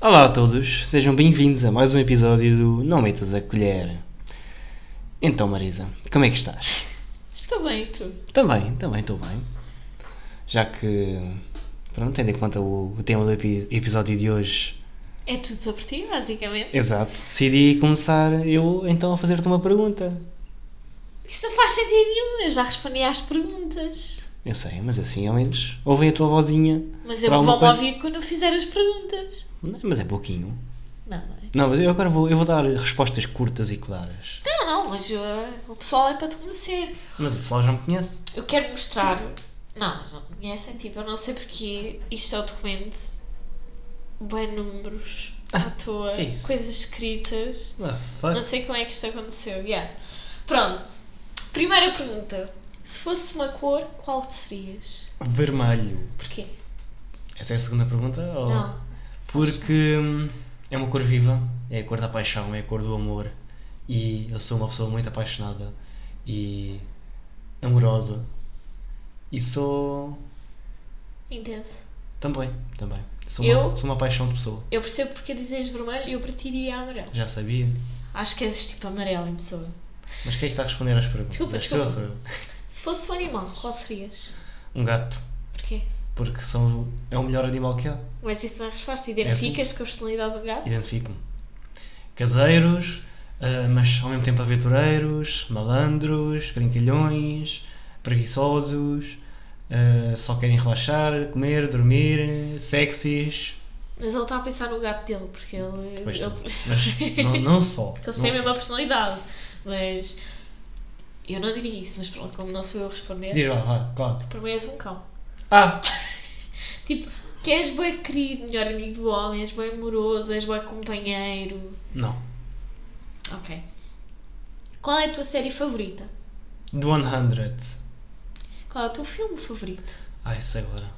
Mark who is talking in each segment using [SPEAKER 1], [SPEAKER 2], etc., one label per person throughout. [SPEAKER 1] Olá a todos, sejam bem-vindos a mais um episódio do Não Metas a Colher. Então, Marisa, como é que estás?
[SPEAKER 2] Estou bem, e tu?
[SPEAKER 1] Também, também estou bem. Já que, pronto, tendo em conta o, o tema do epi- episódio de hoje,
[SPEAKER 2] É tudo sobre ti, basicamente.
[SPEAKER 1] exato, decidi começar eu então a fazer-te uma pergunta.
[SPEAKER 2] Isso não faz sentido nenhum, eu já respondi às perguntas.
[SPEAKER 1] Eu sei, mas assim ao menos ouvem a tua vozinha.
[SPEAKER 2] Mas eu
[SPEAKER 1] para alguma
[SPEAKER 2] vou
[SPEAKER 1] coisa.
[SPEAKER 2] ouvir quando eu fizer as perguntas.
[SPEAKER 1] Não, Mas é pouquinho.
[SPEAKER 2] Não, não é?
[SPEAKER 1] Não, mas eu agora vou, eu vou dar respostas curtas e claras.
[SPEAKER 2] Não, não, mas uh, o pessoal é para te conhecer.
[SPEAKER 1] Mas o pessoal já me conhece.
[SPEAKER 2] Eu quero mostrar. Não, mas não te conhecem, tipo, eu não sei porque isto é o documento. Bem números à toa,
[SPEAKER 1] que é isso?
[SPEAKER 2] coisas escritas.
[SPEAKER 1] Ah,
[SPEAKER 2] Não
[SPEAKER 1] fuck.
[SPEAKER 2] sei como é que isto aconteceu. Yeah. Pronto. Primeira pergunta. Se fosse uma cor, qual serias?
[SPEAKER 1] Vermelho.
[SPEAKER 2] Porquê?
[SPEAKER 1] Essa é a segunda pergunta? Ou...
[SPEAKER 2] Não.
[SPEAKER 1] Porque hum, é uma cor viva, é a cor da paixão, é a cor do amor. E eu sou uma pessoa muito apaixonada e amorosa. E sou.
[SPEAKER 2] Intenso.
[SPEAKER 1] Também, também. Sou uma,
[SPEAKER 2] Eu?
[SPEAKER 1] sou uma paixão de pessoa.
[SPEAKER 2] Eu percebo porque dizes vermelho e eu para ti diria amarelo.
[SPEAKER 1] Já sabia.
[SPEAKER 2] Acho que és tipo amarelo em pessoa.
[SPEAKER 1] Mas quem é que está a responder às perguntas?
[SPEAKER 2] Desculpa,
[SPEAKER 1] És tu ou
[SPEAKER 2] desculpa.
[SPEAKER 1] sou
[SPEAKER 2] Se fosse um animal, qual serias?
[SPEAKER 1] eu? Um gato.
[SPEAKER 2] Porquê?
[SPEAKER 1] Porque são, é o melhor animal que há.
[SPEAKER 2] Mas isso não é resposta.
[SPEAKER 1] assim?
[SPEAKER 2] Identificas com a personalidade do gato?
[SPEAKER 1] Identifico-me. Caseiros, ah, mas ao mesmo tempo aventureiros, malandros, brinquilhões, preguiçosos, ah, só querem relaxar, comer, dormir, sexys.
[SPEAKER 2] Mas ele está a pensar no gato dele, porque ele.
[SPEAKER 1] Pois tu.
[SPEAKER 2] ele...
[SPEAKER 1] Mas não, não só.
[SPEAKER 2] Eles
[SPEAKER 1] não
[SPEAKER 2] têm Então a
[SPEAKER 1] só.
[SPEAKER 2] mesma personalidade. Mas. Eu não diria isso, mas pronto, como não sou eu a responder,
[SPEAKER 1] Diz lá, vá, Cláudio.
[SPEAKER 2] para mim és um cão.
[SPEAKER 1] Ah!
[SPEAKER 2] Tipo, que és bem querido, melhor amigo do homem, és bem amoroso, és bem companheiro.
[SPEAKER 1] Não.
[SPEAKER 2] Ok. Qual é a tua série favorita?
[SPEAKER 1] The 100.
[SPEAKER 2] Qual é o teu filme favorito?
[SPEAKER 1] Ai, sei agora.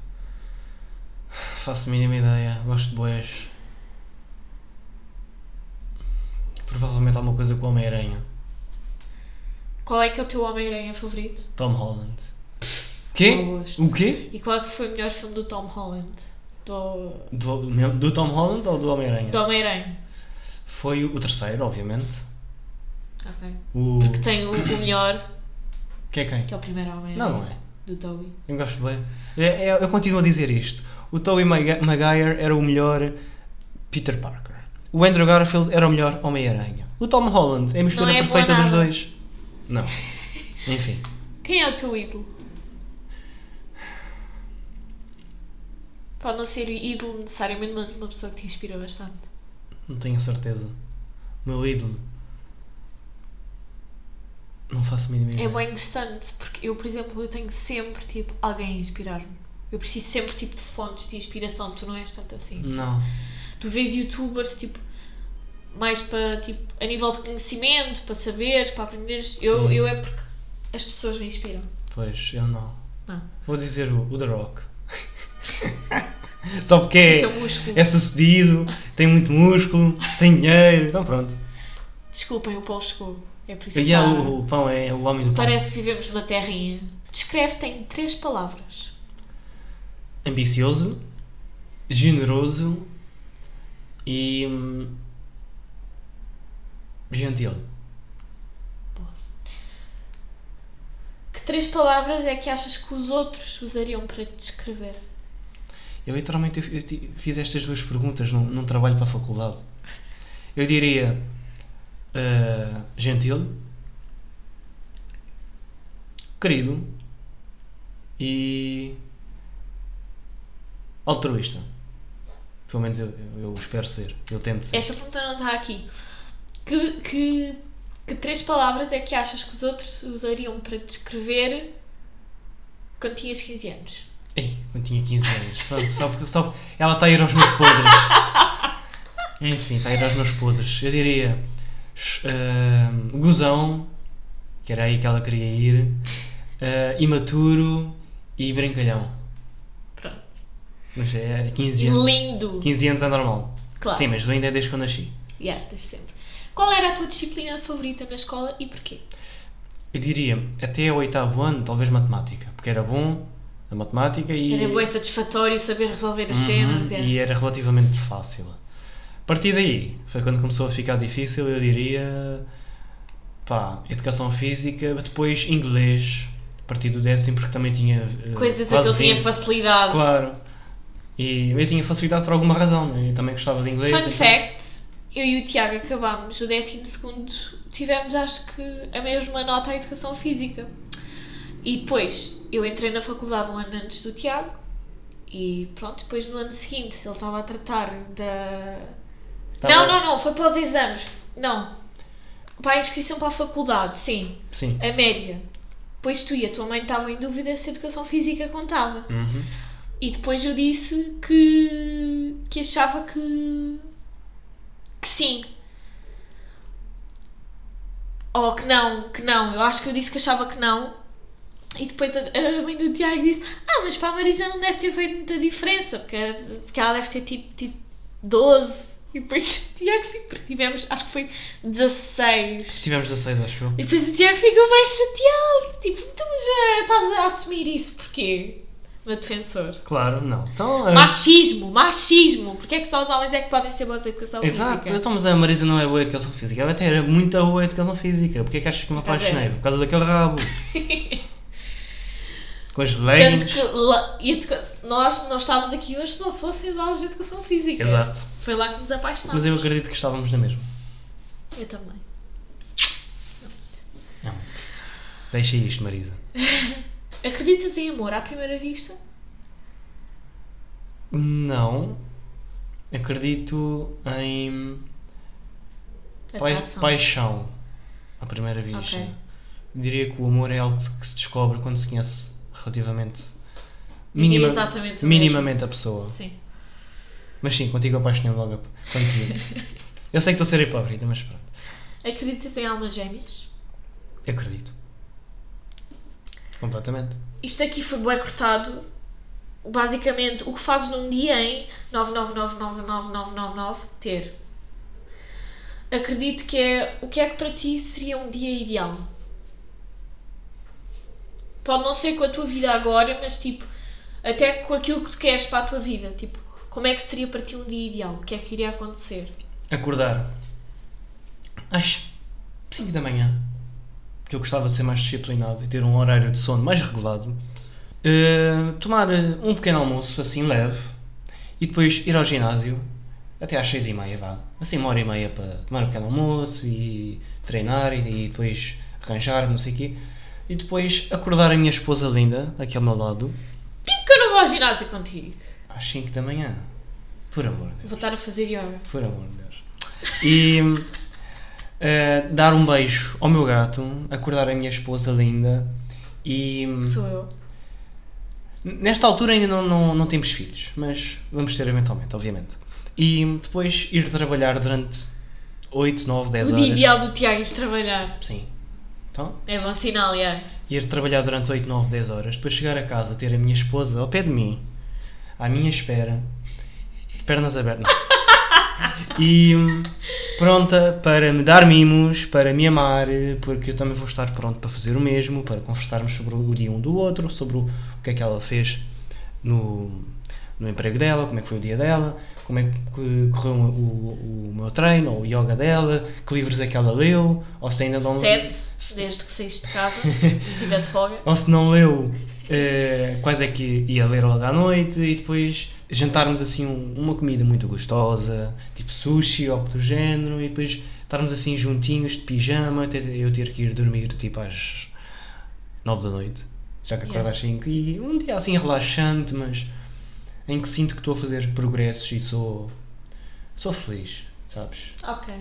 [SPEAKER 1] Faço a mínima ideia. Gosto de boés. Provavelmente alguma coisa com o Homem-Aranha.
[SPEAKER 2] Qual é que é o teu Homem-Aranha favorito?
[SPEAKER 1] Tom Holland. Quê?
[SPEAKER 2] Não gosto.
[SPEAKER 1] O quê?
[SPEAKER 2] E qual é que foi o melhor filme do Tom Holland? Do,
[SPEAKER 1] Do, meu- do Tom Holland ou do Homem-Aranha?
[SPEAKER 2] do Homem-Aranha.
[SPEAKER 1] Foi o terceiro, obviamente.
[SPEAKER 2] Ok.
[SPEAKER 1] O.
[SPEAKER 2] Porque tem o, o melhor,
[SPEAKER 1] Que é quem?
[SPEAKER 2] que é o primeiro Homem-Aranha.
[SPEAKER 1] Não, não é.
[SPEAKER 2] Do Toby.
[SPEAKER 1] Eu gosto bem. É, é- eu continuo a dizer isto. O Tobey Maga- Maguire era o melhor Peter Parker. O Andrew Garfield era o melhor Homem-Aranha. O Tom Holland é a mistura
[SPEAKER 2] Não é boa
[SPEAKER 1] perfeita dos
[SPEAKER 2] nada.
[SPEAKER 1] dois. Não. Enfim.
[SPEAKER 2] Quem é o teu ídolo? Pode não ser ídolo necessariamente, mas uma pessoa que te inspira bastante.
[SPEAKER 1] Não tenho certeza. O meu ídolo. Não faço a mínima ideia.
[SPEAKER 2] É bem interessante, porque eu, por exemplo, eu tenho sempre, tipo, alguém a inspirar-me. Eu preciso sempre, tipo, de fontes de inspiração. Tu não és tanto assim.
[SPEAKER 1] Não.
[SPEAKER 2] Tu vês youtubers, tipo, mais para, tipo, a nível de conhecimento, para saberes, para aprenderes. Eu,
[SPEAKER 1] Sim.
[SPEAKER 2] eu é porque as pessoas me inspiram.
[SPEAKER 1] Pois, eu não.
[SPEAKER 2] Não.
[SPEAKER 1] Vou dizer o, o The Rock. Só porque é,
[SPEAKER 2] Esse é o músculo.
[SPEAKER 1] é sucedido, tem muito músculo, tem dinheiro, então pronto.
[SPEAKER 2] Desculpem, o pão chegou. É por isso
[SPEAKER 1] E
[SPEAKER 2] que
[SPEAKER 1] é
[SPEAKER 2] tá-
[SPEAKER 1] o, o pão é o homem do pão.
[SPEAKER 2] parece que vivemos numa terrinha. Descreve-te em três palavras.
[SPEAKER 1] Ambicioso, generoso e. hum, gentil.
[SPEAKER 2] Que três palavras é que achas que os outros usariam para te descrever?
[SPEAKER 1] Eu literalmente eu fi- eu ti- fiz estas duas perguntas num, num trabalho para a faculdade. Eu diria ah, gentil, querido e altruísta. Pelo menos eu, eu- eu espero ser. Eu tento ser.
[SPEAKER 2] Esta pergunta não está aqui. Que, que, que três palavras é que achas que os outros usariam para te descrever quando tinhas 15 anos?
[SPEAKER 1] Ei, quando tinha 15 anos. Pronto, só porque, só porque- ela está a ir aos meus podres. Enfim, está a ir aos meus podres. Eu diria. sh- ahm, gozão, que era aí que ela queria ir. ah, imaturo e brincalhão.
[SPEAKER 2] Pronto.
[SPEAKER 1] Mas é 15
[SPEAKER 2] E
[SPEAKER 1] anos.
[SPEAKER 2] lindo!
[SPEAKER 1] 15 anos é normal.
[SPEAKER 2] Claro.
[SPEAKER 1] Sim, mas ainda é desde que eu nasci.
[SPEAKER 2] Yeah, desde sempre. Qual era a tua disciplina favorita na escola e porquê?
[SPEAKER 1] Eu diria até ao oitavo ano, talvez matemática, porque era bom a matemática e.
[SPEAKER 2] Era bem satisfatório saber resolver as
[SPEAKER 1] Uhum,
[SPEAKER 2] cenas. Era...
[SPEAKER 1] E era relativamente fácil. A partir daí, foi quando começou a ficar difícil, eu diria. pá, educação física, depois inglês, a partir do décimo, porque também tinha. eh,
[SPEAKER 2] Coisas a que
[SPEAKER 1] quase
[SPEAKER 2] ele tinha
[SPEAKER 1] 20.
[SPEAKER 2] facilidade.
[SPEAKER 1] Claro. E eu tinha facilidade por alguma razão, né? eu também gostava de inglês.
[SPEAKER 2] Fun
[SPEAKER 1] então-
[SPEAKER 2] fact, eu e o Tiago acabámos o 12 tivemos acho que a mesma nota à educação física. E depois eu entrei na faculdade um ano antes do Tiago e pronto, depois no ano seguinte ele estava a tratar da.
[SPEAKER 1] Tava-
[SPEAKER 2] Não, não, não, foi para os exames. Não. Para a inscrição para a faculdade, sim,
[SPEAKER 1] Sim.
[SPEAKER 2] a média. Pois tu e a tua mãe estavam em dúvida se a educação física contava.
[SPEAKER 1] Uhum.
[SPEAKER 2] E depois eu disse que, que achava que, que sim. Ou que não, que não. Eu acho que eu disse que achava que não. E depois a, a mãe do Tiago disse: Ah, mas para a Marisa não deve ter feito muita diferença, porque, porque ela deve ter tipo, tido 12. E depois o Tiago ficou. Tivemos, acho que foi 16.
[SPEAKER 1] Tivemos 16, acho eu.
[SPEAKER 2] E depois o Tiago fica mais chateado. Tipo, então mas já estás a assumir isso, porquê? Meu defensor.
[SPEAKER 1] Claro, não. Então, a-
[SPEAKER 2] Machismo, machismo. Porque é que só os homens é que podem ser bons em educação
[SPEAKER 1] Exato,
[SPEAKER 2] física?
[SPEAKER 1] então, mas a Marisa não é boa em educação física. Ela até era muito boa em educação física. Porquê é que achas que eu me
[SPEAKER 2] Pois é.
[SPEAKER 1] apaixonei? Por causa daquele rabo. Com as leggings.
[SPEAKER 2] Tanto que lá- e educa- nós não estávamos aqui hoje se não fossem as aulas de educação física.
[SPEAKER 1] Exato.
[SPEAKER 2] Foi lá que nos apaixonámos.
[SPEAKER 1] Mas eu acredito que estávamos na mesma.
[SPEAKER 2] Eu também.
[SPEAKER 1] É muito. Deixa isto, Marisa.
[SPEAKER 2] Acreditas em amor à primeira vista?
[SPEAKER 1] Não. Acredito em pai-
[SPEAKER 2] Atração.
[SPEAKER 1] paixão à primeira vista.
[SPEAKER 2] Ok.
[SPEAKER 1] Diria que o amor é algo que se- que se descobre quando se conhece relativamente
[SPEAKER 2] Diria
[SPEAKER 1] minima-
[SPEAKER 2] exatamente o
[SPEAKER 1] minimamente a pessoa.
[SPEAKER 2] Sim.
[SPEAKER 1] Mas sim, contigo apaixonei-me logo a- quando te vi. Eu sei que estou a ser hipócrita, mas pronto.
[SPEAKER 2] Acreditas em almas gêmeas?
[SPEAKER 1] Acredito. Completamente.
[SPEAKER 2] Isto aqui foi bem cortado. Basicamente, o que fazes num dia em 9999999 ter. Acredito que é o que é que para ti seria um dia ideal. Pode não ser com a tua vida agora, mas tipo, até com aquilo que tu queres para a tua vida. Tipo, como é que seria para ti um dia ideal? O que é que iria acontecer?
[SPEAKER 1] Acordar. Às 5 da manhã. Que eu gostava de ser mais disciplinado e ter um horário de sono mais regulado. Eh, tomar eh, um pequeno almoço, assim leve. E depois ir ao ginásio. Até às 6 e meia, vá. Assim, uma hora e meia para tomar um pequeno almoço e treinar e, e depois arranjar-me, não sei o quê. E depois acordar a minha esposa linda, aqui ao meu lado,
[SPEAKER 2] Tipo que eu não vou ao ginásio contigo.
[SPEAKER 1] às 5 da manhã. Por amor de Deus.
[SPEAKER 2] Vou estar a fazer yoga.
[SPEAKER 1] Por amor de Deus. E eh, dar um beijo ao meu gato, acordar a minha esposa linda e.
[SPEAKER 2] Sou eu.
[SPEAKER 1] Nesta altura ainda não, não, não temos filhos, mas vamos ter eventualmente, obviamente. E depois ir trabalhar durante 8, 9, 10
[SPEAKER 2] O
[SPEAKER 1] horas.
[SPEAKER 2] dia ideal do Tiago ir trabalhar.
[SPEAKER 1] Sim. Então,
[SPEAKER 2] É bom sinal, yeah.
[SPEAKER 1] ir trabalhar durante 8, 9, 10 horas, depois chegar a casa, ter a minha esposa ao pé de mim, à minha espera, de pernas abertas. não. E hum, pronta para me dar mimos, para me amar, porque eu também vou estar pronto para fazer o mesmo, para conversarmos sobre o dia um do outro, sobre o, o que é que ela fez no, no emprego dela, como é que foi o dia dela, como é que correu o, o, o meu treino, ou o yoga dela, que livros é que ela leu, ou se ainda não.
[SPEAKER 2] Sete, desde que saíste de casa, se tiver de folga.
[SPEAKER 1] ou se não leu, eh, quais é que ia ler logo à noite e depois jantarmos assim um- uma comida muito gostosa, tipo sushi ou algo do género, e depois estarmos assim juntinhos de pijama, até eu ter que ir dormir tipo às nove da noite, já que acordo
[SPEAKER 2] Yeah.
[SPEAKER 1] às 5 e um dia assim relaxante, mas em que sinto que estou a fazer progressos e sou, sou feliz, sabes?
[SPEAKER 2] Ok.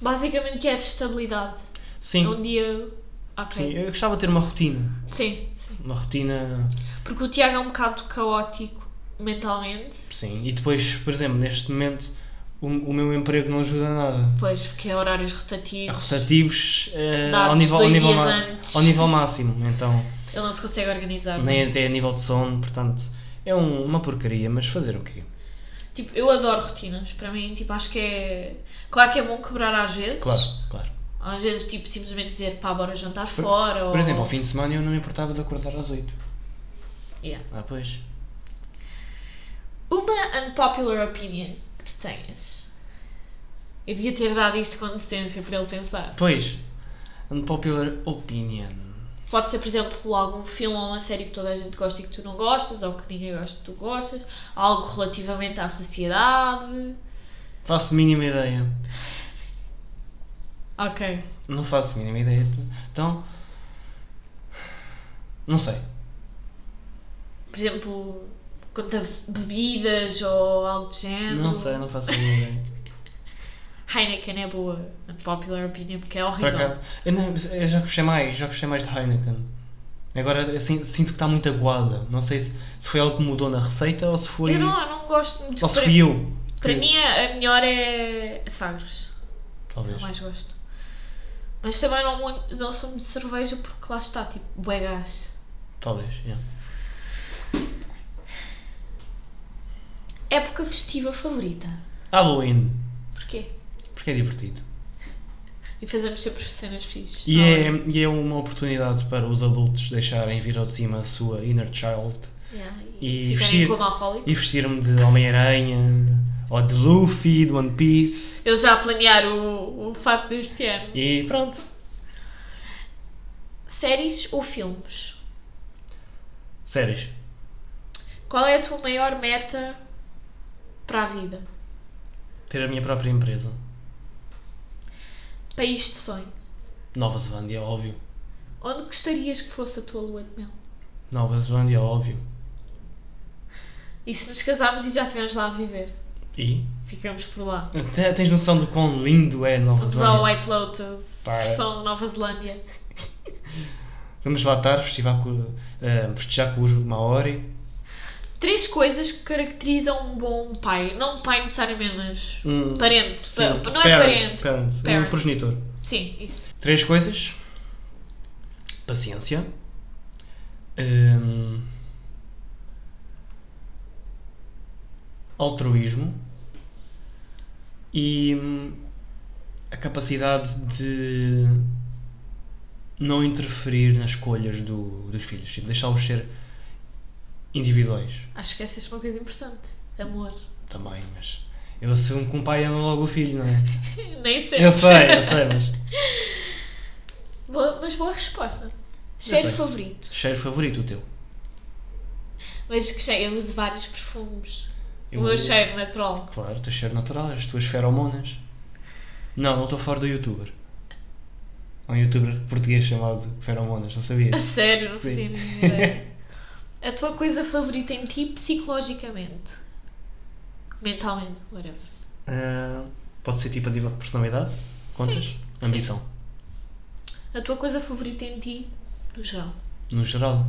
[SPEAKER 2] Basicamente queres estabilidade.
[SPEAKER 1] Sim,
[SPEAKER 2] Um dia. Ok.
[SPEAKER 1] sim, eu gostava de ter uma rotina,
[SPEAKER 2] Sim, sim.
[SPEAKER 1] uma rotina
[SPEAKER 2] Porque o Tiago é um bocado caótico mentalmente.
[SPEAKER 1] Sim, e depois, por exemplo, neste momento o, o meu emprego não ajuda a nada.
[SPEAKER 2] Pois, porque é horários rotativos.
[SPEAKER 1] Rotativos eh,
[SPEAKER 2] Dá-te
[SPEAKER 1] ao, nível, ao,
[SPEAKER 2] dois
[SPEAKER 1] nível
[SPEAKER 2] dias
[SPEAKER 1] máximo,
[SPEAKER 2] antes. Ah,
[SPEAKER 1] ao nível máximo, então
[SPEAKER 2] Ele não se consegue organizar.
[SPEAKER 1] nem é. até a nível de sono, portanto é um- uma porcaria, mas fazer o quê?
[SPEAKER 2] Tipo, eu adoro rotinas. Para mim, tipo, acho que é. Claro que é bom quebrar às vezes.
[SPEAKER 1] Claro, claro.
[SPEAKER 2] Às vezes, tipo, simplesmente dizer pá, bora jantar fora. ou...
[SPEAKER 1] Por exemplo, ao fim de semana eu não me importava de acordar às 8.
[SPEAKER 2] Yeah.
[SPEAKER 1] Ah, pois.
[SPEAKER 2] Uma unpopular opinion que tu tenhas. Eu devia ter dado isto com antecedência para ele pensar.
[SPEAKER 1] Pois, unpopular opinion.
[SPEAKER 2] Pode ser, por exemplo, algum filme ou uma série que toda a gente gosta e que tu não gostas, ou que ninguém gosta e tu gostas, algo relativamente à sociedade.
[SPEAKER 1] Faço mínima ideia.
[SPEAKER 2] Ok.
[SPEAKER 1] Não faço mínima ideia. Então. Não sei.
[SPEAKER 2] Por exemplo, quanto a be- bebidas ou algo do género.
[SPEAKER 1] Não sei, não faço mínima ideia.
[SPEAKER 2] Heineken é boa, na popular opinion, porque é
[SPEAKER 1] Por
[SPEAKER 2] horrível.
[SPEAKER 1] acaso. Eu, não- eu já gostei mais, já gostei mais de Heineken. Agora eu sin- sinto que está muito aguada. Não sei se, se foi algo que mudou na receita ou se foi.
[SPEAKER 2] Eu não, eu não gosto muito.
[SPEAKER 1] ou se
[SPEAKER 2] para-
[SPEAKER 1] fui eu.
[SPEAKER 2] Para
[SPEAKER 1] que-
[SPEAKER 2] mim a a melhor é a Sagres, que eu
[SPEAKER 1] Talvez.
[SPEAKER 2] mais gosto. Mas também não, muito- não sou muito cerveja porque lá está, tipo, bué gás.
[SPEAKER 1] Talvez. yeah.
[SPEAKER 2] É Época festiva favorita.
[SPEAKER 1] Halloween.
[SPEAKER 2] Porquê?
[SPEAKER 1] Porque é divertido.
[SPEAKER 2] E fazemos sempre cenas fixes.
[SPEAKER 1] E
[SPEAKER 2] não
[SPEAKER 1] é, e é uma oportunidade para os adultos deixarem vir ao de cima a sua inner child
[SPEAKER 2] Yeah,
[SPEAKER 1] E
[SPEAKER 2] e
[SPEAKER 1] vestir-
[SPEAKER 2] ficarem como alcoólico.
[SPEAKER 1] e vestir-me de Homem-Aranha ou de Luffy, de One Piece
[SPEAKER 2] Eles já planearam o, o fato deste ano.
[SPEAKER 1] e pronto.
[SPEAKER 2] Séries ou filmes?
[SPEAKER 1] Séries.
[SPEAKER 2] Qual é a tua maior meta para a vida?
[SPEAKER 1] Ter a minha própria empresa.
[SPEAKER 2] País de sonho.
[SPEAKER 1] Nova Zelândia, óbvio.
[SPEAKER 2] Onde gostarias que fosse a tua lua de mel?
[SPEAKER 1] Nova Zelândia, óbvio.
[SPEAKER 2] E se nos casarmos e já estivermos lá a viver?
[SPEAKER 1] E?
[SPEAKER 2] Ficamos por lá.
[SPEAKER 1] Te- Tens noção do quão lindo é Nova
[SPEAKER 2] Vamos ao
[SPEAKER 1] Zelândia?
[SPEAKER 2] White Lotus,
[SPEAKER 1] Para.
[SPEAKER 2] versão Nova Zelândia.
[SPEAKER 1] Vamos lá estar, festivar com, eh, festejar com os Maori.
[SPEAKER 2] Três coisas que caracterizam um bom pai. Não um pai necessariamente, mas.
[SPEAKER 1] Um,
[SPEAKER 2] Parente.
[SPEAKER 1] sim,
[SPEAKER 2] Pa- não é parente.
[SPEAKER 1] parent,
[SPEAKER 2] Parent.
[SPEAKER 1] Um progenitor.
[SPEAKER 2] Sim, isso.
[SPEAKER 1] Três coisas: paciência, hum, altruísmo e hum, a capacidade de não interferir nas escolhas do- dos filhos, tipo, deixá-los ser individuais
[SPEAKER 2] Acho que essa é uma coisa importante. Amor.
[SPEAKER 1] também, mas eu assumo que um pai ama logo o filho, não é?
[SPEAKER 2] Nem sei.
[SPEAKER 1] Eu sei, eu sei, mas
[SPEAKER 2] Boa- mas boa resposta. Cheiro
[SPEAKER 1] sei.
[SPEAKER 2] favorito.
[SPEAKER 1] cheiro favorito o teu.
[SPEAKER 2] Mas que cheiro, eu uso vários perfumes.
[SPEAKER 1] Eu-
[SPEAKER 2] O meu cheiro natural.
[SPEAKER 1] Claro, tens cheiro natural, as tuas feromonas. Não, não estou fora do youtuber. Há um youtuber português chamado Feromonas, não sabia?
[SPEAKER 2] A sério, não sei
[SPEAKER 1] Sim.
[SPEAKER 2] nem ideia. A tua coisa favorita em ti psicologicamente? Mentalmente, whatever.
[SPEAKER 1] Ah, pode ser tipo a diva de personalidade? Contas?
[SPEAKER 2] Sim,
[SPEAKER 1] Ambição.
[SPEAKER 2] A tua coisa favorita em ti, no geral.
[SPEAKER 1] No geral.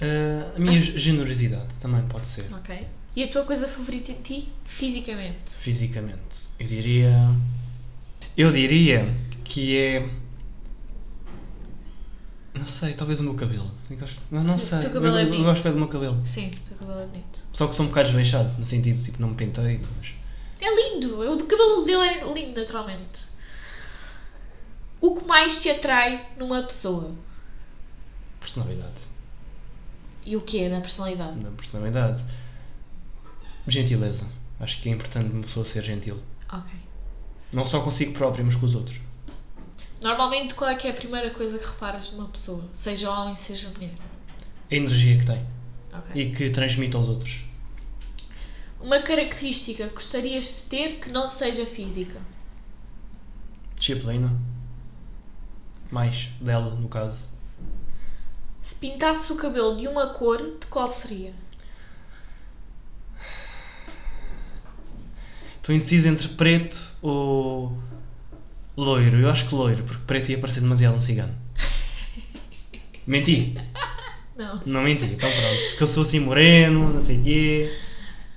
[SPEAKER 1] Ah, a minha generosidade também pode ser.
[SPEAKER 2] Ok. E a tua coisa favorita em ti, fisicamente?
[SPEAKER 1] Fisicamente. Eu diria. Eu diria que é. Não sei, talvez o meu cabelo. Eu gosto- Não, não sei.
[SPEAKER 2] teu cabelo
[SPEAKER 1] eu,
[SPEAKER 2] é
[SPEAKER 1] eu
[SPEAKER 2] bonito.
[SPEAKER 1] gosto é do meu cabelo.
[SPEAKER 2] Sim, o teu cabelo é bonito.
[SPEAKER 1] Só que sou um bocado desleixado, no sentido, tipo, não me pentei, mas...
[SPEAKER 2] É lindo! O do cabelo dele é lindo, naturalmente. O que mais te atrai numa pessoa?
[SPEAKER 1] Personalidade.
[SPEAKER 2] E o que é na personalidade?
[SPEAKER 1] Na personalidade. Gentileza. Acho que é importante uma pessoa ser gentil.
[SPEAKER 2] Ok.
[SPEAKER 1] Não só consigo próprio, mas com os outros.
[SPEAKER 2] Normalmente, qual é que é a primeira coisa que reparas numa pessoa? Seja homem, seja mulher.
[SPEAKER 1] A energia que tem.
[SPEAKER 2] Ok.
[SPEAKER 1] E que transmite aos outros.
[SPEAKER 2] Uma característica que gostarias de ter que não seja física?
[SPEAKER 1] Disciplina. Mais. Dela, no caso.
[SPEAKER 2] Se pintasse o cabelo de uma cor, de qual seria?
[SPEAKER 1] Estou indeciso entre preto ou... Loiro. Eu acho que loiro, porque preto ia parecer demasiado um cigano. Menti.
[SPEAKER 2] Não.
[SPEAKER 1] Não menti. Então pronto. Porque eu sou assim moreno, não sei o quê.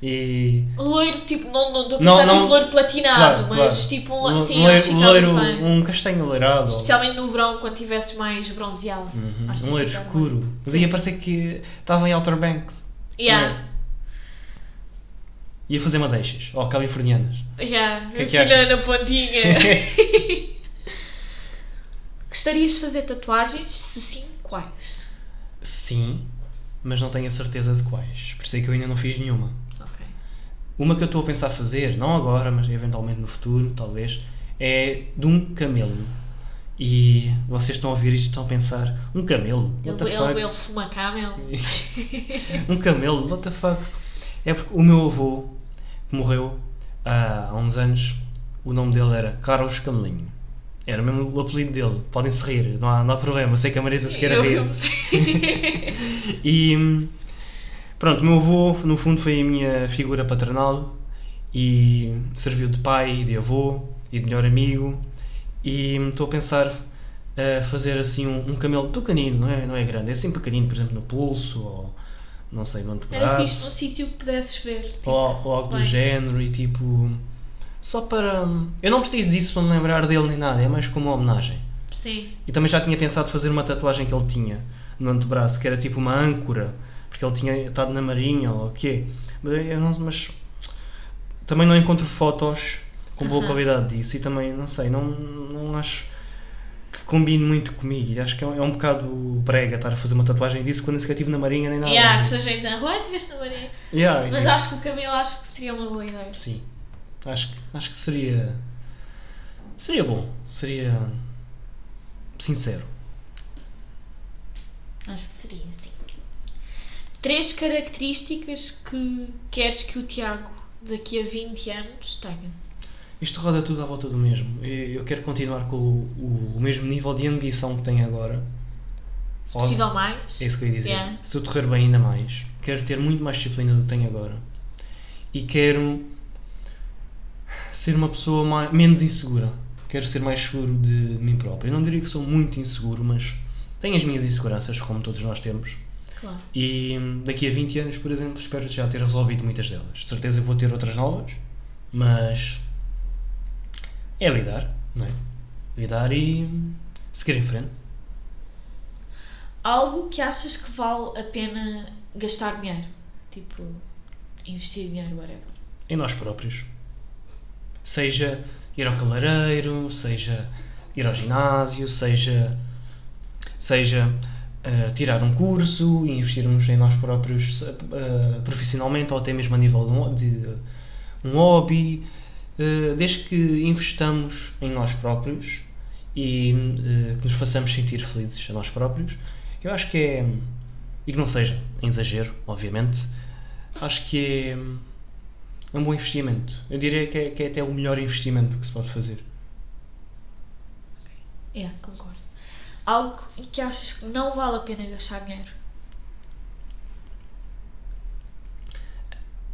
[SPEAKER 1] E...
[SPEAKER 2] Loiro, tipo, não não estou a
[SPEAKER 1] Não,
[SPEAKER 2] pensar
[SPEAKER 1] não.
[SPEAKER 2] tipo loiro platinado,
[SPEAKER 1] Claro,
[SPEAKER 2] mas
[SPEAKER 1] claro.
[SPEAKER 2] tipo um
[SPEAKER 1] Um
[SPEAKER 2] lo- sim,
[SPEAKER 1] loiro-
[SPEAKER 2] eles
[SPEAKER 1] um
[SPEAKER 2] ficavas
[SPEAKER 1] loiro-
[SPEAKER 2] bem.
[SPEAKER 1] um castanho loirado.
[SPEAKER 2] Especialmente no verão, quando estivesses mais bronzeado.
[SPEAKER 1] Uhum,
[SPEAKER 2] Acho que
[SPEAKER 1] Um loiro
[SPEAKER 2] ficava
[SPEAKER 1] escuro.
[SPEAKER 2] bem.
[SPEAKER 1] Mas
[SPEAKER 2] Sim.
[SPEAKER 1] ia parecer que estava em Outer Banks.
[SPEAKER 2] Yeah,
[SPEAKER 1] Ia fazer madeixas. Ou californianas.
[SPEAKER 2] yeah.
[SPEAKER 1] Que é que
[SPEAKER 2] assim na-
[SPEAKER 1] achas?
[SPEAKER 2] na pontinha. Gostarias de fazer tatuagens? Se sim, quais?
[SPEAKER 1] Sim, mas não tenho a certeza de quais. Por isso é que eu ainda não fiz nenhuma.
[SPEAKER 2] Ok.
[SPEAKER 1] Uma que eu estou a pensar fazer, não agora, mas eventualmente no futuro, talvez, é de um camelo. E vocês estão a ouvir isto e estão a pensar: um camelo? What
[SPEAKER 2] Ele,
[SPEAKER 1] the fuck?
[SPEAKER 2] ele, ele fuma camel.
[SPEAKER 1] um camelo, what the fuck? É porque o meu avô que morreu ah, há uns anos, o nome dele era Carlos Camelinho. Era mesmo o apelido dele. Podem se rir, não há, não há problema. Sei que a Marisa se quer
[SPEAKER 2] Eu-
[SPEAKER 1] rir.
[SPEAKER 2] eu sei.
[SPEAKER 1] E hum, pronto, o meu avô, no fundo, foi a minha figura paternal e serviu de pai e de avô e de melhor amigo. E hum, estou a pensar eh, fazer assim um, um camelo pequenino, não é, não é grande, é assim pequenino, por exemplo, no pulso ou não sei, no
[SPEAKER 2] Era fixe num
[SPEAKER 1] antebraço,
[SPEAKER 2] sítio que pudesses ver.
[SPEAKER 1] ou, ou algo do
[SPEAKER 2] Tipo, Bem.
[SPEAKER 1] género e tipo. Só para. hum, Eu não preciso disso para me lembrar dele nem nada, é mais como uma homenagem.
[SPEAKER 2] Sim.
[SPEAKER 1] E também já tinha pensado fazer uma tatuagem que ele tinha no antebraço, que era tipo uma âncora, porque ele tinha estado na marinha ou o quê. Mas, eu não- mas também não encontro fotos com boa
[SPEAKER 2] Aham.
[SPEAKER 1] qualidade disso e também, não sei, não, não acho que combine muito comigo. E Acho que é um, é um bocado brega estar a fazer uma tatuagem disso quando nem sequer estive na marinha nem nada.
[SPEAKER 2] Yeah, se a gente na rua tiveste na Maria.
[SPEAKER 1] Yeah, tipo,
[SPEAKER 2] Mas
[SPEAKER 1] enfim.
[SPEAKER 2] acho que o camelo acho que seria uma boa ideia.
[SPEAKER 1] Sim. Acho, que- acho que seria. Seria bom. Seria. Sincero.
[SPEAKER 2] Acho que seria, sim. Três características que queres que o Tiago daqui a 20 anos tenha.
[SPEAKER 1] Isto roda tudo à volta do mesmo. Eu eu quero continuar com o, o- o mesmo nível de ambição que tenho agora.
[SPEAKER 2] Se
[SPEAKER 1] Óbvio.
[SPEAKER 2] possível mais.
[SPEAKER 1] É isso que eu ia dizer.
[SPEAKER 2] Yeah.
[SPEAKER 1] Se eu correr bem ainda mais, quero ter muito mais disciplina do que tenho agora. E quero ser uma pessoa mais, menos insegura. Quero ser mais seguro de, de mim próprio. Eu não diria que sou muito inseguro, mas tenho as minhas inseguranças, como todos nós temos.
[SPEAKER 2] Claro.
[SPEAKER 1] E hum, daqui a 20 anos, por exemplo, espero já ter resolvido muitas delas. De certeza que vou ter outras novas, mas é lidar, não é? Lidar e hum, seguir em frente.
[SPEAKER 2] Algo que achas que vale a pena gastar dinheiro. Tipo, investir dinheiro, whatever.
[SPEAKER 1] em nós próprios. Seja ir ao cabeleireiro, seja ir ao ginásio, seja, seja eh, tirar um curso e investirmos em nós próprios se- eh, profissionalmente ou até mesmo a nível de um, de um hobby. Eh, desde que investamos em nós próprios e eh, que nos façamos sentir felizes a nós próprios, eu acho que é. E que não seja em exagero, obviamente, acho que é é um bom investimento. Eu diria que é, que é até o melhor investimento que se pode fazer.
[SPEAKER 2] É, concordo. Algo que achas que não vale a pena gastar dinheiro.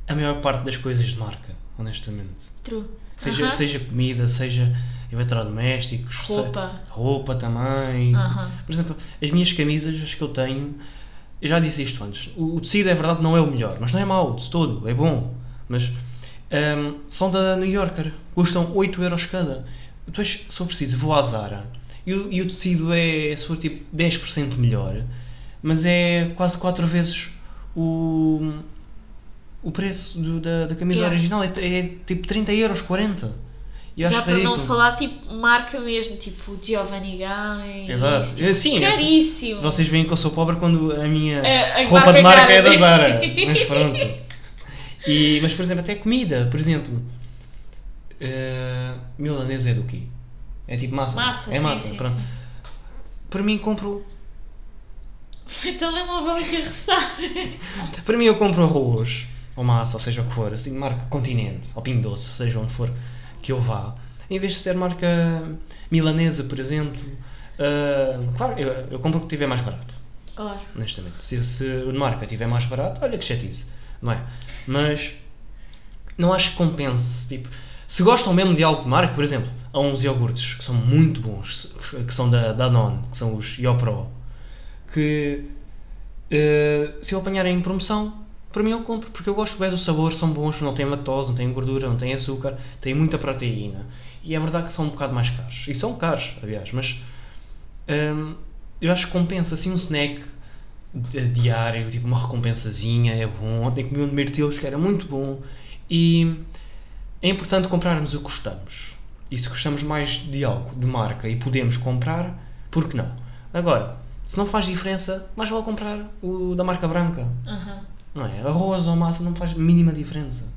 [SPEAKER 1] A maior parte das coisas de marca, honestamente.
[SPEAKER 2] True.
[SPEAKER 1] Seja,
[SPEAKER 2] Aham.
[SPEAKER 1] seja comida, seja eletrodomésticos, se-
[SPEAKER 2] Roupa.
[SPEAKER 1] roupa também.
[SPEAKER 2] Aham.
[SPEAKER 1] Por exemplo, as minhas camisas, as que eu tenho, eu já disse isto antes. O, o tecido é verdade, não é o melhor, mas não é mau de todo, é bom. Mas hum, são da New Yorker, custam 8 euros cada. Depois, se eu preciso, vou à Zara e o, e o tecido é, se for tipo 10% melhor, mas é quase 4 vezes o, o preço do- da, da camisa
[SPEAKER 2] Yeah.
[SPEAKER 1] original, é, é tipo 30 euros, 40. E eu
[SPEAKER 2] Já
[SPEAKER 1] acho é
[SPEAKER 2] para não
[SPEAKER 1] ridículo.
[SPEAKER 2] falar, tipo, marca mesmo, tipo, Giovanni Gai.
[SPEAKER 1] Exato.
[SPEAKER 2] isso,
[SPEAKER 1] É, Sim,
[SPEAKER 2] tipo,
[SPEAKER 1] eu sei.
[SPEAKER 2] Caríssimo.
[SPEAKER 1] Vocês veem que eu sou pobre quando a minha
[SPEAKER 2] É, a
[SPEAKER 1] roupa de marca
[SPEAKER 2] marca é
[SPEAKER 1] é da
[SPEAKER 2] cara.
[SPEAKER 1] Zara. Mas pronto. E, mas, por exemplo, até comida. Por exemplo, eh, milanesa é do quê? É tipo massa. não é?
[SPEAKER 2] Massa,
[SPEAKER 1] é
[SPEAKER 2] sim,
[SPEAKER 1] massa.
[SPEAKER 2] sim,
[SPEAKER 1] pronto. Para mim, compro.
[SPEAKER 2] Foi telemóvel é a carreçar.
[SPEAKER 1] Para mim, eu compro arroz ou massa, ou seja o que for, assim, de marca Continente ou Pingo Doce, seja onde for que eu vá. Em vez de ser marca milanesa, por exemplo, eh, claro, eu, eu compro o que tiver mais barato.
[SPEAKER 2] Claro.
[SPEAKER 1] honestamente. Se, se o de marca estiver mais barato, olha que chatice, não é? Mas não acho que compense. Tipo, se gostam mesmo de algo de marca, por exemplo, há uns iogurtes que são muito bons, que, que são da Danone, que são os Iopro, que eh, se eu apanhar em promoção, para mim eu compro, porque eu gosto bem do sabor, são bons, não têm lactose, não têm gordura, não têm açúcar, têm muita proteína. E é verdade que são um bocado mais caros. E são caros, aliás, mas hum, eu acho que compensa assim um snack di- diário, tipo uma recompensazinha, é bom. Ontem comi um de mirtilos que era muito bom. E é importante comprarmos o que gostamos. E se gostamos mais de algo, de marca, e podemos comprar, por que não? Agora, se não faz diferença, mais vale comprar o da marca branca,
[SPEAKER 2] Aham.
[SPEAKER 1] não é? Arroz ou massa não faz mínima diferença.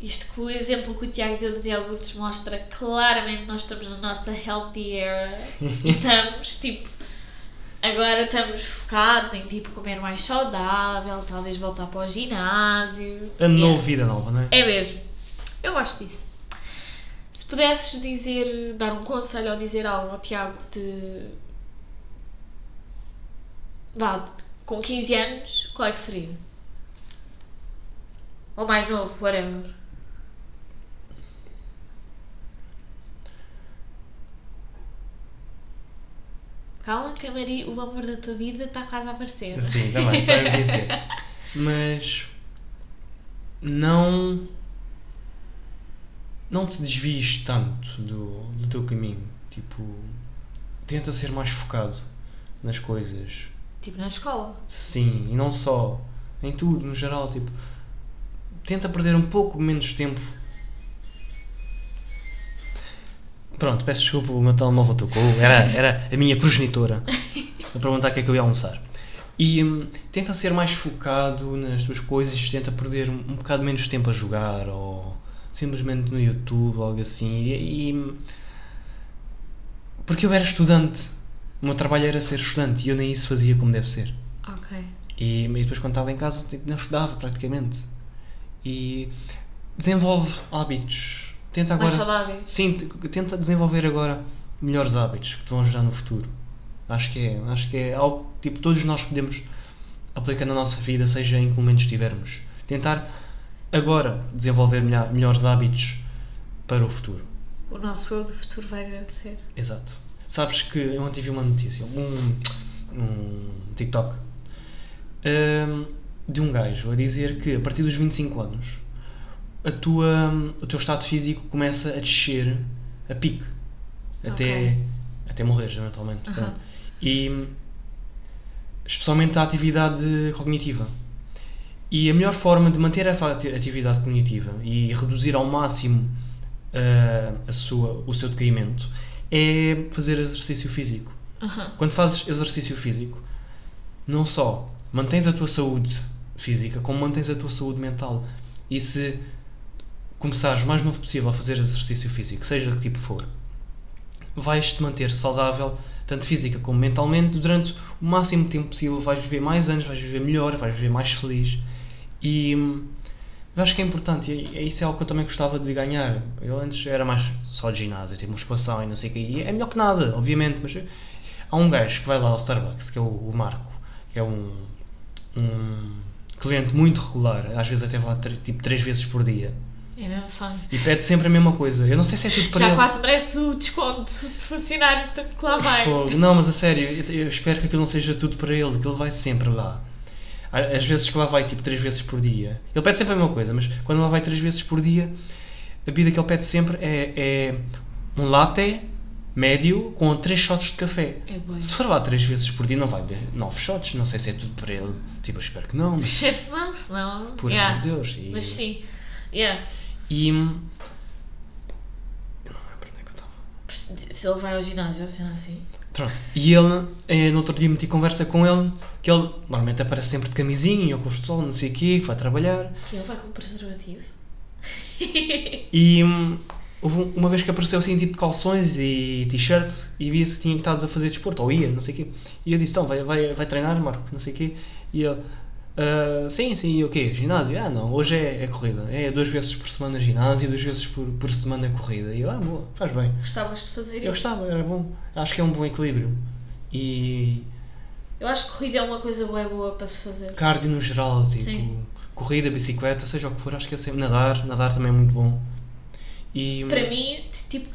[SPEAKER 2] Isto que o exemplo que o Tiago deu dos iogurtes mostra claramente nós estamos na nossa healthy era e estamos tipo. Agora estamos focados em tipo comer mais saudável, talvez voltar para o ginásio.
[SPEAKER 1] A
[SPEAKER 2] Yeah.
[SPEAKER 1] nova vida nova, não é?
[SPEAKER 2] É mesmo. Eu gosto disso. Se pudesses dizer, dar um conselho ou dizer algo ao Tiago de. Vá, de- com 15 anos, qual é que seria? Ou mais novo, whatever. Calma, que a Maria, o amor da tua vida está quase a aparecer.
[SPEAKER 1] Sim, também, está a dizer. Mas não não te desvies tanto do, do teu caminho. Tipo, tenta ser mais focado nas coisas.
[SPEAKER 2] Tipo na escola.
[SPEAKER 1] Sim, e não só. Em tudo, no geral, tipo, tenta perder um pouco menos tempo. Pronto, peço desculpa, o meu telemóvel tocou. Era, era a minha progenitora a perguntar o que é que eu ia almoçar. E hum, tenta ser mais focado nas tuas coisas, tenta perder um, um bocado menos tempo a jogar ou simplesmente no YouTube, algo assim. E, e, hum, porque eu era estudante, o meu trabalho era ser estudante e eu nem isso fazia como deve ser.
[SPEAKER 2] Ok.
[SPEAKER 1] E, e depois quando estava em casa tipo, não estudava praticamente. E desenvolve hábitos. Tenta
[SPEAKER 2] Mais
[SPEAKER 1] agora.
[SPEAKER 2] saudável.
[SPEAKER 1] Sim, t- tenta desenvolver agora melhores hábitos que te vão ajudar no futuro. Acho que é, acho que é algo que tipo, todos nós podemos aplicar na nossa vida, seja em que momento estivermos. Tentar agora desenvolver melha- melhores hábitos para o futuro.
[SPEAKER 2] O nosso eu do futuro vai agradecer.
[SPEAKER 1] Exato. Sabes que ontem vi uma notícia, um, um TikTok, hum, de um gajo a dizer que a partir dos 25 anos a tua, o teu estado físico começa a descer a pique até,
[SPEAKER 2] Ok.
[SPEAKER 1] até morrer, eventualmente.
[SPEAKER 2] Aham.
[SPEAKER 1] pronto. E especialmente a atividade cognitiva. E a melhor forma de manter essa ati- atividade cognitiva e reduzir ao máximo ah, a sua, o seu decaimento é fazer exercício físico.
[SPEAKER 2] Aham.
[SPEAKER 1] Quando fazes exercício físico, não só mantens a tua saúde física, como mantens a tua saúde mental. E se começares o mais novo possível a fazer exercício físico, seja que tipo for, vais-te manter saudável, tanto física como mentalmente, durante o máximo tempo possível. Vais viver mais anos, vais viver melhor, vais viver mais feliz. E hum, eu acho que é importante, e e isso é algo que eu também gostava de ganhar. Eu antes era mais só de ginásio, tipo musculação e não sei o que, e é melhor que nada, obviamente, mas eu- há um gajo que vai lá ao Starbucks, que é o, o Marco, que é um, um cliente muito regular, às vezes até vai lá tre- tipo três vezes por dia,
[SPEAKER 2] É mesmo fã.
[SPEAKER 1] e pede sempre a mesma coisa. Eu não sei se é tudo para
[SPEAKER 2] Já
[SPEAKER 1] ele.
[SPEAKER 2] quase merece o desconto de funcionário, tanto que lá Ah, vai.
[SPEAKER 1] Fogo. Não, mas a sério, eu, eu espero que aquilo não seja tudo para ele, que ele vai sempre lá. Á- Às vezes que lá vai tipo três vezes por dia. Ele pede sempre a mesma coisa, mas quando lá vai três vezes por dia, a bebida que ele pede sempre é, é um latte médio com três shots de café.
[SPEAKER 2] É bom.
[SPEAKER 1] Se for lá três vezes por dia, não vai beber nove shots. Não sei se é tudo para ele. Tipo, eu espero que não,
[SPEAKER 2] O
[SPEAKER 1] mas
[SPEAKER 2] chefe não, senão.
[SPEAKER 1] por
[SPEAKER 2] yeah.
[SPEAKER 1] amor de Deus. E,
[SPEAKER 2] Mas sim. Yeah.
[SPEAKER 1] e. Eu não lembro onde é que eu estava.
[SPEAKER 2] Se ele vai ao ginásio, ou sei lá assim.
[SPEAKER 1] Pronto. E ele, eh, no outro dia meti conversa com ele, que ele normalmente aparece sempre de camisinha, ou com o sol, não sei o quê, que vai trabalhar.
[SPEAKER 2] Que ele vai com preservativo.
[SPEAKER 1] E hum, houve um- uma vez que apareceu assim, tipo de calções e t-shirt, e via-se que tinha estado a fazer desporto, ou ia, não sei o quê. E eu disse, então, vai, vai, vai treinar, Marco, não sei o quê. E ele, "Ah, sim, sim, e o quê? Ginásio? Ah, não, hoje é, é corrida. É duas vezes por semana ginásio, duas vezes por, por semana corrida. E eu, ah, boa, faz bem.
[SPEAKER 2] Gostavas de fazer isso?
[SPEAKER 1] Eu gostava, era bom. Acho que é um bom equilíbrio. E
[SPEAKER 2] Eu acho que corrida é uma coisa boa, boa para se fazer.
[SPEAKER 1] cardio no geral, tipo
[SPEAKER 2] Sim.
[SPEAKER 1] corrida, bicicleta, seja o que for, acho que é sempre nadar, nadar também é muito bom. E
[SPEAKER 2] Para mim, t- tipo,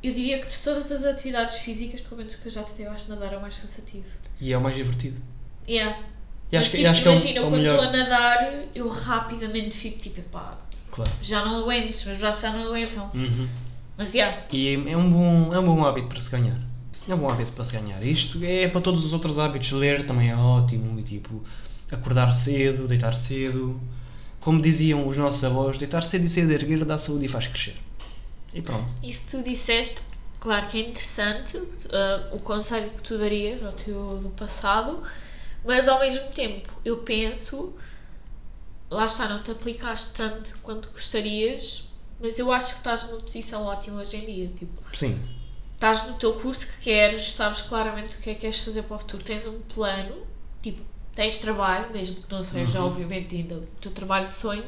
[SPEAKER 2] eu diria que de todas as atividades físicas, pelo menos que eu já tentei, eu acho que nadar é o mais cansativo.
[SPEAKER 1] e é o mais divertido.
[SPEAKER 2] Yeah.
[SPEAKER 1] E acho,
[SPEAKER 2] Mas,
[SPEAKER 1] que-
[SPEAKER 2] tipo,
[SPEAKER 1] acho que é o,
[SPEAKER 2] imagina,
[SPEAKER 1] é o
[SPEAKER 2] quando
[SPEAKER 1] melhor.
[SPEAKER 2] estou a nadar, eu rapidamente fico tipo, pá,
[SPEAKER 1] Claro.
[SPEAKER 2] já não aguento, os meus braços já não aguentam.
[SPEAKER 1] Uhum.
[SPEAKER 2] Mas yeah,
[SPEAKER 1] E é, é um bom, é um bom hábito para se ganhar. É um bom hábito para se ganhar. Isto é para todos os outros hábitos. Ler também é ótimo. E tipo, acordar cedo, deitar cedo. Como diziam os nossos avós, deitar cedo e cedo erguer dá saúde e faz crescer. E pronto.
[SPEAKER 2] isso tu disseste, claro que é interessante ah, o conselho que tu darias ao teu do passado, mas ao mesmo tempo eu penso lá está, não te aplicaste tanto quanto gostarias, mas eu acho que estás numa posição ótima hoje em dia. Tipo,
[SPEAKER 1] Sim.
[SPEAKER 2] estás no teu curso que queres, sabes claramente o que é que queres fazer para o futuro, tens um plano, tipo, tens trabalho, mesmo que não seja,
[SPEAKER 1] Uhum.
[SPEAKER 2] obviamente, ainda o teu trabalho de sonho.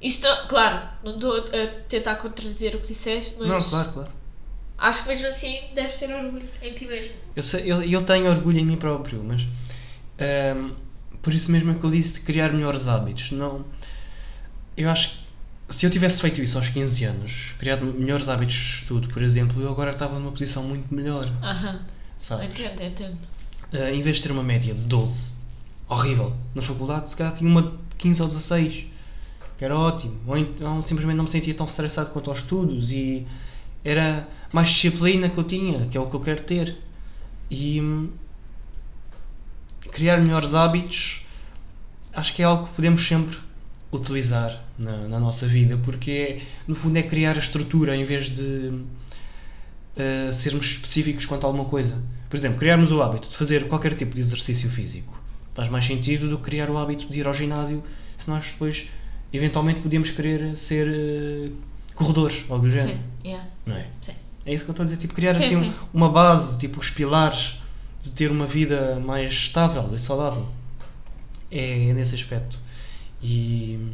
[SPEAKER 2] Isto, claro, não estou a tentar contradizer o que disseste, mas
[SPEAKER 1] Não, claro, claro.
[SPEAKER 2] acho que mesmo assim deves ter orgulho em ti mesmo.
[SPEAKER 1] Eu, sei- eu, eu tenho orgulho em mim próprio, mas ehm, por isso mesmo é que eu disse de criar melhores hábitos. Não, eu acho que se eu tivesse feito isso aos 15 anos, criado melhores hábitos de estudo, por exemplo, eu agora estava numa posição muito melhor,
[SPEAKER 2] Aham,
[SPEAKER 1] sabes?
[SPEAKER 2] entendo, entendo.
[SPEAKER 1] Eh, em vez de ter uma média de 12, horrível, na faculdade, se calhar tinha uma de 15 ou 16, que era ótimo. Ou então simplesmente não me sentia tão estressado quanto aos estudos e era mais disciplina que eu tinha, que é o que eu quero ter. E hum, criar melhores hábitos acho que é algo que podemos sempre utilizar na, na nossa vida, porque é, no fundo é criar a estrutura em vez de eh, sermos específicos quanto a alguma coisa. Por exemplo, criarmos o hábito de fazer qualquer tipo de exercício físico faz mais sentido do que criar o hábito de ir ao ginásio se nós depois eventualmente podíamos querer ser eh, corredores ou algo do género.
[SPEAKER 2] Sim, yeah,
[SPEAKER 1] Não é?
[SPEAKER 2] sim.
[SPEAKER 1] É isso que eu estou a dizer, tipo, criar
[SPEAKER 2] Sim,
[SPEAKER 1] assim um-
[SPEAKER 2] sim.
[SPEAKER 1] uma base, tipo, os pilares de ter uma vida mais estável e saudável. É, é nesse aspecto. E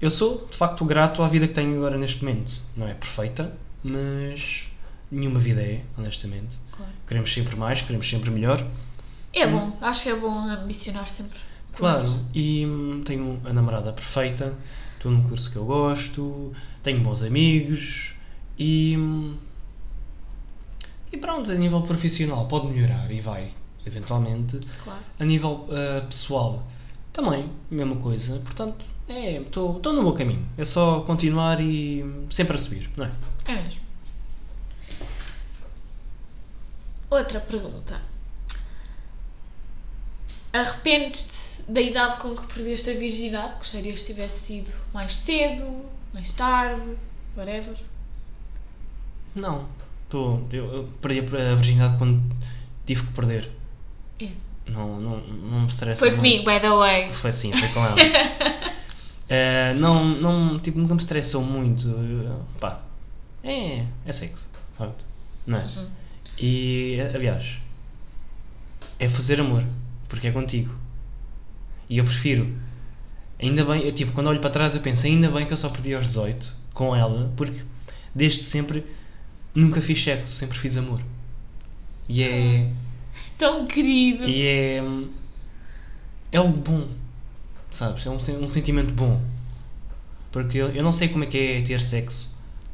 [SPEAKER 1] eu sou, de facto, grato à vida que tenho agora neste momento. Não é perfeita, mas nenhuma vida é, honestamente.
[SPEAKER 2] Claro.
[SPEAKER 1] Queremos sempre mais, queremos sempre melhor.
[SPEAKER 2] É bom, acho que é bom ambicionar sempre.
[SPEAKER 1] Claro, e hum, tenho a namorada perfeita, estou num curso que eu gosto, tenho bons amigos e. hum, E pronto, a nível profissional pode melhorar e vai, eventualmente.
[SPEAKER 2] Claro.
[SPEAKER 1] A nível ah, pessoal também, mesma coisa. Portanto, é, estou estou no bom caminho. É só continuar e hum, sempre a subir, não é?
[SPEAKER 2] É mesmo. Outra pergunta. Arrependes-te da idade com que perdeste a virgindade? Gostarias que tivesse sido mais cedo, mais tarde, whatever?
[SPEAKER 1] Não, estou eu, eu perdi a virgindade quando tive que perder.
[SPEAKER 2] É.
[SPEAKER 1] Não, não, não me estressa
[SPEAKER 2] Foi
[SPEAKER 1] é muito.
[SPEAKER 2] comigo, by the way.
[SPEAKER 1] Foi assim, foi com ela. Eh, não, não, tipo, nunca me estressou muito. Eu, Pá, é, é sexo. Pronto. Não é?
[SPEAKER 2] Uhum.
[SPEAKER 1] E, aliás, é fazer amor, porque é contigo. E eu prefiro. Ainda bem, eu, tipo, quando olho para trás eu penso, ainda bem que eu só perdi aos 18 com ela, porque desde sempre nunca fiz sexo, sempre fiz amor. E é.
[SPEAKER 2] Tão querido.
[SPEAKER 1] E é. É algo bom. Sabes? É um, sen- um sentimento bom. Porque eu, eu não sei como é que é ter sexo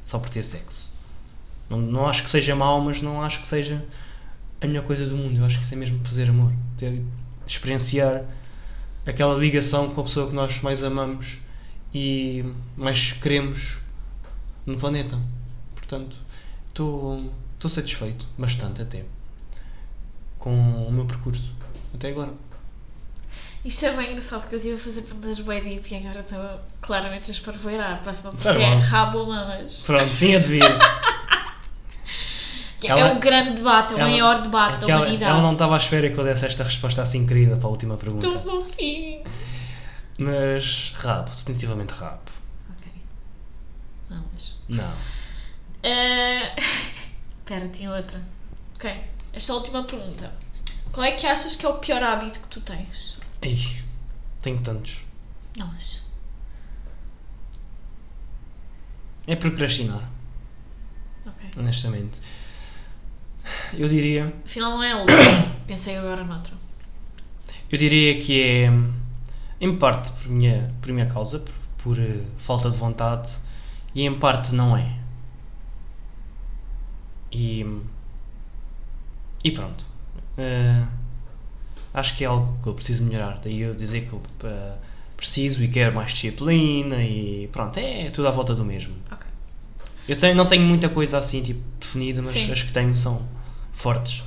[SPEAKER 1] só por ter sexo. Não, não acho que seja mau, mas não acho que seja a melhor coisa do mundo. Eu acho que isso é mesmo fazer amor. Ter, experienciar aquela ligação com a pessoa que nós mais amamos e mais queremos no planeta. Portanto, estou satisfeito. Bastante até com o meu percurso até agora.
[SPEAKER 2] Isto é bem engraçado porque eu estive a fazer perguntas bem deep e agora estou claramente a esparvoeirar. Próxima
[SPEAKER 1] Faz
[SPEAKER 2] pergunta é
[SPEAKER 1] mal.
[SPEAKER 2] rabo ou mamas?
[SPEAKER 1] Pronto, tinha de vir. Ela-
[SPEAKER 2] Que é
[SPEAKER 1] Ela-
[SPEAKER 2] o grande debate, é o maior debate
[SPEAKER 1] é que
[SPEAKER 2] da
[SPEAKER 1] ela,
[SPEAKER 2] humanidade.
[SPEAKER 1] ela não estava à espera que eu desse esta resposta assim querida para a última pergunta.
[SPEAKER 2] Tão fofinho.
[SPEAKER 1] Mas rabo, definitivamente rabo.
[SPEAKER 2] Ok. Não, mas.
[SPEAKER 1] Não.
[SPEAKER 2] Ah, Espera, tinha outra. Ok. Esta é última pergunta. Qual é que achas que é o pior hábito que tu tens?
[SPEAKER 1] Ei, tenho tantos.
[SPEAKER 2] Nós.
[SPEAKER 1] É procrastinar,
[SPEAKER 2] Ok.
[SPEAKER 1] honestamente. Eu diria.
[SPEAKER 2] Afinal não é ele. Pensei agora noutra.
[SPEAKER 1] Eu diria que é, em parte, por minha, por minha causa, por, por, eh, falta de vontade, e em parte não é. E, e pronto. Eh, acho que é algo que eu preciso melhorar. Daí eu dizer que eu eh, preciso e quero mais disciplina, e pronto, é tudo à volta do mesmo.
[SPEAKER 2] Ok.
[SPEAKER 1] Eu tenho, não tenho muita coisa assim tipo, definida, mas
[SPEAKER 2] Sim.
[SPEAKER 1] as que tenho são fortes.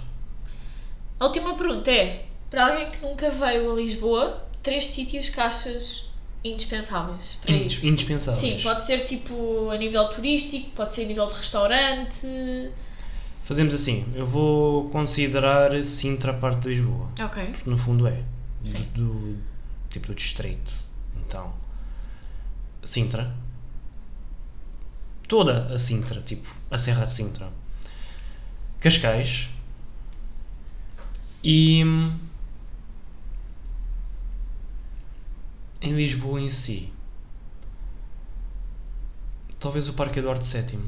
[SPEAKER 2] A última pergunta é: para alguém que nunca veio a Lisboa, três sítios que achas indispensáveis para ir?
[SPEAKER 1] Indis- Indispensáveis.
[SPEAKER 2] É Sim, pode ser tipo a nível turístico, pode ser a nível de restaurante.
[SPEAKER 1] Fazemos assim, eu vou considerar Sintra parte de Lisboa,
[SPEAKER 2] Ok.
[SPEAKER 1] porque no fundo é, do,
[SPEAKER 2] Sim.
[SPEAKER 1] do- tipo do distrito, então Sintra. Toda a Sintra, tipo, a Serra de Sintra. Cascais. E hum, em Lisboa em si. Talvez o Parque Eduardo VII.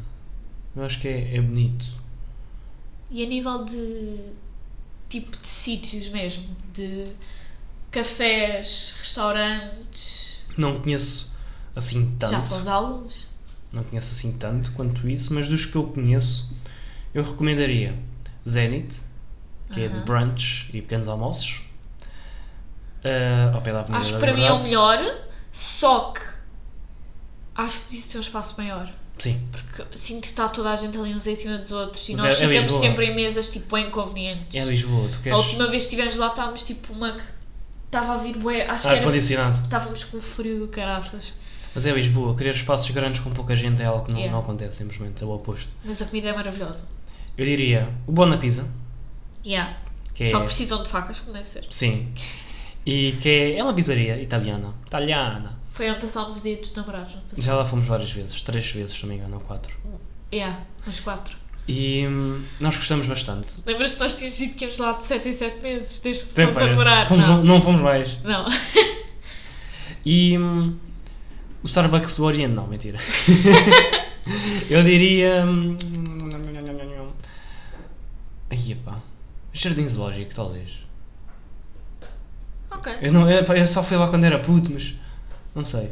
[SPEAKER 1] Eu acho que é, é bonito.
[SPEAKER 2] E a nível de tipo de sítios mesmo, de cafés, restaurantes.
[SPEAKER 1] Não conheço assim tanto.
[SPEAKER 2] Já falamos de alguns.
[SPEAKER 1] Não conheço assim tanto quanto isso, mas dos que eu conheço, eu recomendaria Zenit, que é de
[SPEAKER 2] Aham.
[SPEAKER 1] brunch e pequenos almoços. Ah, ao pé da Avenida
[SPEAKER 2] Acho
[SPEAKER 1] da
[SPEAKER 2] que para mim é o
[SPEAKER 1] Liberdade.
[SPEAKER 2] melhor, só que acho que podia ter um espaço maior.
[SPEAKER 1] Sim,
[SPEAKER 2] Porque sinto que está toda a gente ali uns em cima dos outros e
[SPEAKER 1] Mas
[SPEAKER 2] nós
[SPEAKER 1] é- é
[SPEAKER 2] ficamos
[SPEAKER 1] Lisboa.
[SPEAKER 2] sempre em mesas tipo bem inconvenientes.
[SPEAKER 1] é Lisboa. Tu
[SPEAKER 2] a
[SPEAKER 1] queres
[SPEAKER 2] última vez que estivemos lá estávamos tipo uma que estava a vir bué,
[SPEAKER 1] Ah,
[SPEAKER 2] acho que era
[SPEAKER 1] ar-condicionado.
[SPEAKER 2] estávamos com frio do caraças.
[SPEAKER 1] Mas é Lisboa. Querer espaços grandes com pouca gente é algo que não,
[SPEAKER 2] Yeah.
[SPEAKER 1] não acontece, simplesmente. É o oposto.
[SPEAKER 2] Mas a comida é maravilhosa.
[SPEAKER 1] Eu diria o Bona Pizza,
[SPEAKER 2] Yeah.
[SPEAKER 1] que é.
[SPEAKER 2] Só precisam de facas, como deve ser.
[SPEAKER 1] Sim. E que é, é uma pizzaria italiana. Italiana.
[SPEAKER 2] Foi onde passámos o dia dos namorados, não passou?
[SPEAKER 1] Já lá fomos várias vezes, três vezes, se não me engano, ou quatro.
[SPEAKER 2] Yeah, umas quatro.
[SPEAKER 1] E hum, nós gostamos bastante.
[SPEAKER 2] Lembras-te que nós tínhamos dito que íamos lá de 7 em 7 meses, desde que
[SPEAKER 1] Até
[SPEAKER 2] começámos
[SPEAKER 1] parece.
[SPEAKER 2] a namorar?
[SPEAKER 1] Fomos
[SPEAKER 2] Não.
[SPEAKER 1] um- não fomos mais.
[SPEAKER 2] Não.
[SPEAKER 1] E hum, o Starbucks do Oriente, não, mentira. Eu diria. hum, Aí, pá. Jardim Zoológico, talvez.
[SPEAKER 2] ok.
[SPEAKER 1] Eu, não, eu, eu só fui lá quando era puto, mas. Não sei.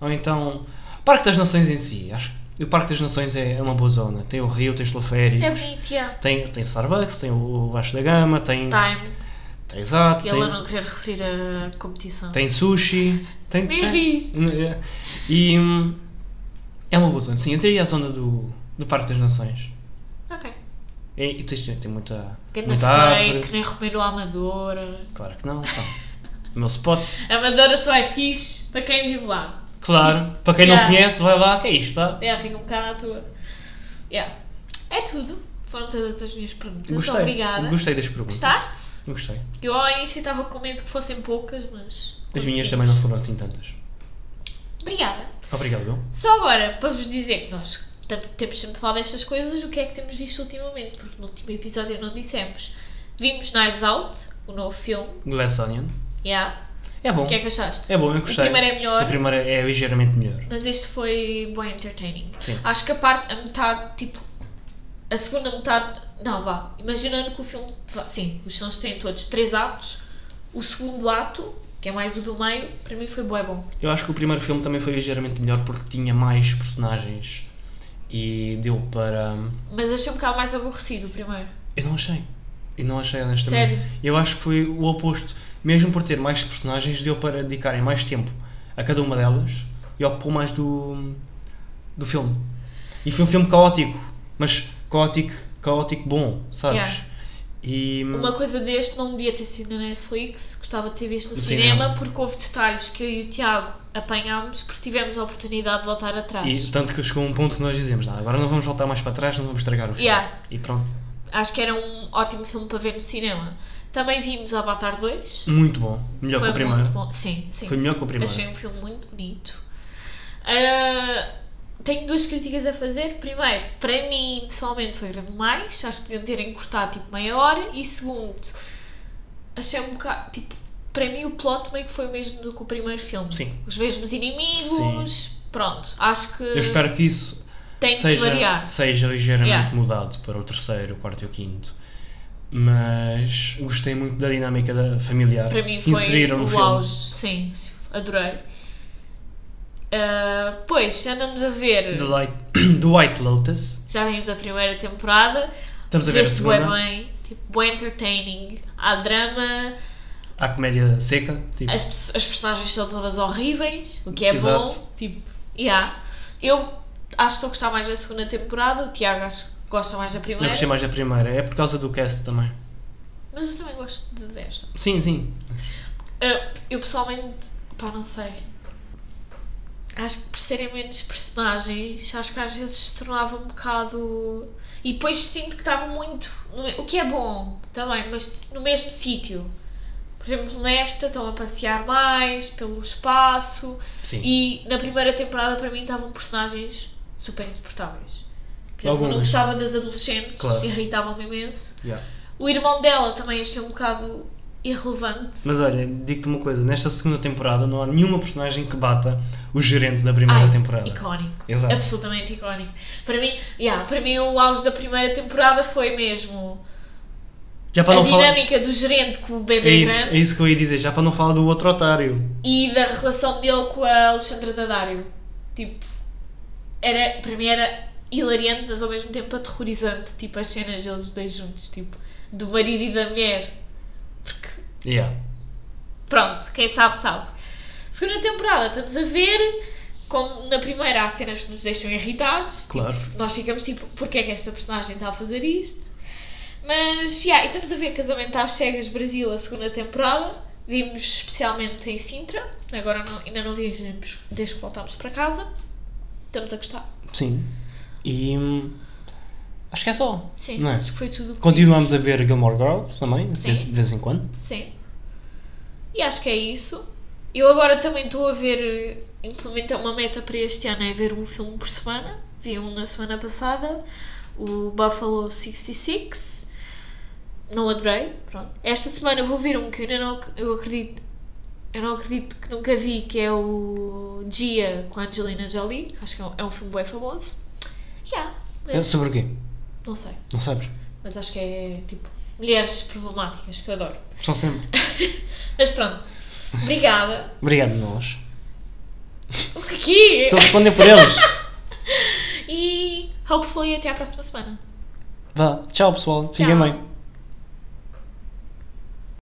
[SPEAKER 1] Ou então. Parque das Nações em si. Acho que o Parque das Nações é, é uma boa zona. Tem o Rio, tem
[SPEAKER 2] É
[SPEAKER 1] teleféricos.
[SPEAKER 2] bonito, yeah.
[SPEAKER 1] Tem, tem Starbucks, tem o Baixo da Gama, tem.
[SPEAKER 2] Time.
[SPEAKER 1] tem exato,
[SPEAKER 2] E
[SPEAKER 1] tem-
[SPEAKER 2] ela não querer referir a competição.
[SPEAKER 1] Tem sushi. Tem,
[SPEAKER 2] Nem
[SPEAKER 1] tem-
[SPEAKER 2] ris.
[SPEAKER 1] É. E hum, é uma boa zona. Sim, eu teria a zona do, do Parque das Nações.
[SPEAKER 2] Ok.
[SPEAKER 1] É, E tens, tem muita,
[SPEAKER 2] Ganda
[SPEAKER 1] muita
[SPEAKER 2] feio,
[SPEAKER 1] árvore.
[SPEAKER 2] que nem recomendo a Amadora.
[SPEAKER 1] Claro que não. Então. O meu spot.
[SPEAKER 2] A Amadora só é fixe para quem vive lá.
[SPEAKER 1] Claro. Para quem
[SPEAKER 2] Yeah.
[SPEAKER 1] não conhece, vai lá. Que é isto, pá?
[SPEAKER 2] É, fica um bocado à toa. Yeah. É tudo. Foram todas as minhas perguntas.
[SPEAKER 1] Gostei.
[SPEAKER 2] Obrigada.
[SPEAKER 1] Gostei das perguntas.
[SPEAKER 2] Gostaste?
[SPEAKER 1] Gostei.
[SPEAKER 2] Eu ao início estava com medo que fossem poucas, mas.
[SPEAKER 1] As minhas
[SPEAKER 2] conseguimos.
[SPEAKER 1] também não foram assim tantas.
[SPEAKER 2] Obrigada.
[SPEAKER 1] Obrigado.
[SPEAKER 2] Só agora, para vos dizer que nós tanto temos sempre falado destas coisas, o que é que temos visto ultimamente? Porque no último episódio não dissemos. Vimos Knives Out, o novo filme.
[SPEAKER 1] Glass Onion.
[SPEAKER 2] Yeah.
[SPEAKER 1] É bom.
[SPEAKER 2] O que é que achaste?
[SPEAKER 1] É bom, eu gostei.
[SPEAKER 2] O primeiro é melhor.
[SPEAKER 1] O primeiro é ligeiramente melhor.
[SPEAKER 2] Mas este foi bem entertaining.
[SPEAKER 1] Sim.
[SPEAKER 2] Acho que a parte, a metade, tipo. A segunda metade. Não, vá. Imaginando que o filme. vá, Sim, os sons têm todos três atos. O segundo ato, que é mais o do meio, para mim foi bué bom.
[SPEAKER 1] Eu acho que o primeiro filme também foi ligeiramente melhor porque tinha mais personagens e deu para.
[SPEAKER 2] Mas achei um bocado mais aborrecido o primeiro.
[SPEAKER 1] Eu não achei. Eu não achei, honestamente.
[SPEAKER 2] Sério?
[SPEAKER 1] Eu acho que foi o oposto. Mesmo por ter mais personagens, deu para dedicarem mais tempo a cada uma delas e ocupou mais do, do filme. E foi um filme caótico, mas caótico, caótico bom, sabes?
[SPEAKER 2] Yeah.
[SPEAKER 1] E.
[SPEAKER 2] Uma coisa deste não devia ter sido na Netflix, gostava de ter visto no
[SPEAKER 1] No
[SPEAKER 2] cinema,
[SPEAKER 1] cinema.
[SPEAKER 2] porque houve detalhes que eu e o Tiago apanhámos porque tivemos a oportunidade de voltar atrás.
[SPEAKER 1] E tanto que chegou um ponto que nós dizemos, "Não, agora não vamos voltar mais para trás, não vamos estragar o filme.
[SPEAKER 2] Yeah.
[SPEAKER 1] E pronto.
[SPEAKER 2] Acho que era um ótimo filme para ver no cinema. Também vimos Avatar 2.
[SPEAKER 1] Muito bom. Melhor
[SPEAKER 2] foi
[SPEAKER 1] que o primeiro.
[SPEAKER 2] muito bom. Sim, sim.
[SPEAKER 1] Foi melhor que o primeiro.
[SPEAKER 2] Achei um filme muito bonito. Ah, tenho duas críticas a fazer. Primeiro, para mim, pessoalmente, foi grande mais. Acho que podiam ter encurtado tipo meia hora. E segundo, achei um bocado. Tipo, para mim, o plot meio que foi o mesmo do que o primeiro filme.
[SPEAKER 1] Sim.
[SPEAKER 2] Os mesmos inimigos. Pronto, acho que
[SPEAKER 1] Eu espero que isso
[SPEAKER 2] eh, tem que se
[SPEAKER 1] seja,
[SPEAKER 2] variar.
[SPEAKER 1] seja ligeiramente
[SPEAKER 2] Yeah.
[SPEAKER 1] mudado para o terceiro, o quarto e o quinto. Mas gostei muito da dinâmica da familiar.
[SPEAKER 2] Para mim
[SPEAKER 1] que
[SPEAKER 2] foi
[SPEAKER 1] inseriram no
[SPEAKER 2] o
[SPEAKER 1] filme.
[SPEAKER 2] auge. Sim, sim, adorei. Ah, pois, andamos a ver.
[SPEAKER 1] Do, Light- do White Lotus.
[SPEAKER 2] Já vimos a primeira temporada.
[SPEAKER 1] Estamos a ver a
[SPEAKER 2] Vê-se bué
[SPEAKER 1] segunda.
[SPEAKER 2] bem, tipo, bué entertaining. Há drama,
[SPEAKER 1] Há comédia seca. Tipo,
[SPEAKER 2] as, pe- as personagens são todas horríveis, o que é bom.
[SPEAKER 1] Exato.
[SPEAKER 2] Tipo, yeah. Eu acho que estou a gostar mais da segunda temporada, o Tiago acho que gosta mais da
[SPEAKER 1] eu
[SPEAKER 2] primeira.
[SPEAKER 1] gostei mais da primeira. É por causa do cast também.
[SPEAKER 2] Mas eu também gosto de- desta.
[SPEAKER 1] Sim, sim.
[SPEAKER 2] Eu, Ah, eu pessoalmente, pá, não sei. Acho que por serem menos personagens, acho que às vezes se tornava um bocado. E depois sinto que estava muito. no me- O que é bom também, mas no mesmo sítio. Por exemplo, nesta estão a passear mais pelo espaço
[SPEAKER 1] Sim.
[SPEAKER 2] e na primeira temporada para mim estavam personagens super insuportáveis. Por exemplo, eu não
[SPEAKER 1] Algumas.
[SPEAKER 2] gostava das adolescentes,
[SPEAKER 1] Claro.
[SPEAKER 2] irritavam-me imenso.
[SPEAKER 1] Yeah.
[SPEAKER 2] O irmão dela também achei um bocado irrelevante.
[SPEAKER 1] Mas olha, digo-te uma coisa: nesta segunda temporada não há nenhuma personagem que bata o gerente da primeira
[SPEAKER 2] Ai,
[SPEAKER 1] temporada.
[SPEAKER 2] Icónico.
[SPEAKER 1] Exato.
[SPEAKER 2] Absolutamente icónico. Para mim, yeah, para mim o auge da primeira temporada foi mesmo
[SPEAKER 1] Já para
[SPEAKER 2] a
[SPEAKER 1] não falar.
[SPEAKER 2] dinâmica do gerente com o
[SPEAKER 1] É
[SPEAKER 2] bebê
[SPEAKER 1] isso,
[SPEAKER 2] grande
[SPEAKER 1] é isso que eu ia dizer, já para não falar do outro otário.
[SPEAKER 2] e da relação dele com a Alexandra Dadário. Tipo, era, para mim era hilariante, mas ao mesmo tempo aterrorizante. Tipo, as cenas deles dois juntos, tipo, do marido e da mulher. Porque
[SPEAKER 1] Yeah.
[SPEAKER 2] Pronto, quem sabe, sabe. Segunda temporada, estamos a ver. Como na primeira há cenas que nos deixam irritados.
[SPEAKER 1] Claro.
[SPEAKER 2] Tipo, nós ficamos tipo, porque é que esta personagem está a fazer isto? Mas, yeah, e estamos a ver Casamento às Cegas Brasil, a segunda temporada. Vimos especialmente em Sintra. Agora não- ainda não vimos desde que voltámos para casa. Estamos a gostar.
[SPEAKER 1] Sim. E. hum, Acho que é só.
[SPEAKER 2] Sim,
[SPEAKER 1] Não é?
[SPEAKER 2] acho que foi tudo. o que
[SPEAKER 1] Continuamos a ver Gilmore Girls também, de vez,
[SPEAKER 2] Sim.
[SPEAKER 1] de vez em quando.
[SPEAKER 2] Sim. E acho que é isso. Eu agora também estou a ver, implementei uma meta para este ano, é ver um filme por semana. Vi um na semana passada, o Buffalo 66. Não adorei, pronto. Esta semana vou ver um que eu ainda não ac- eu acredito, eu não acredito que nunca vi, que é o Gia com a Angelina Jolie. Acho que é um, é um filme bem famoso. Yeah,
[SPEAKER 1] É
[SPEAKER 2] mas
[SPEAKER 1] Sobre o quê?
[SPEAKER 2] não sei.
[SPEAKER 1] Não sabes?
[SPEAKER 2] Mas acho que é tipo mulheres problemáticas, que eu adoro.
[SPEAKER 1] São sempre.
[SPEAKER 2] Mas pronto. Obrigada.
[SPEAKER 1] Obrigado, nós.
[SPEAKER 2] O que aqui?
[SPEAKER 1] Estou a responder por eles.
[SPEAKER 2] E hopefully até à próxima semana.
[SPEAKER 1] Vá, tchau pessoal. Fiquem
[SPEAKER 2] Tchau.
[SPEAKER 1] bem.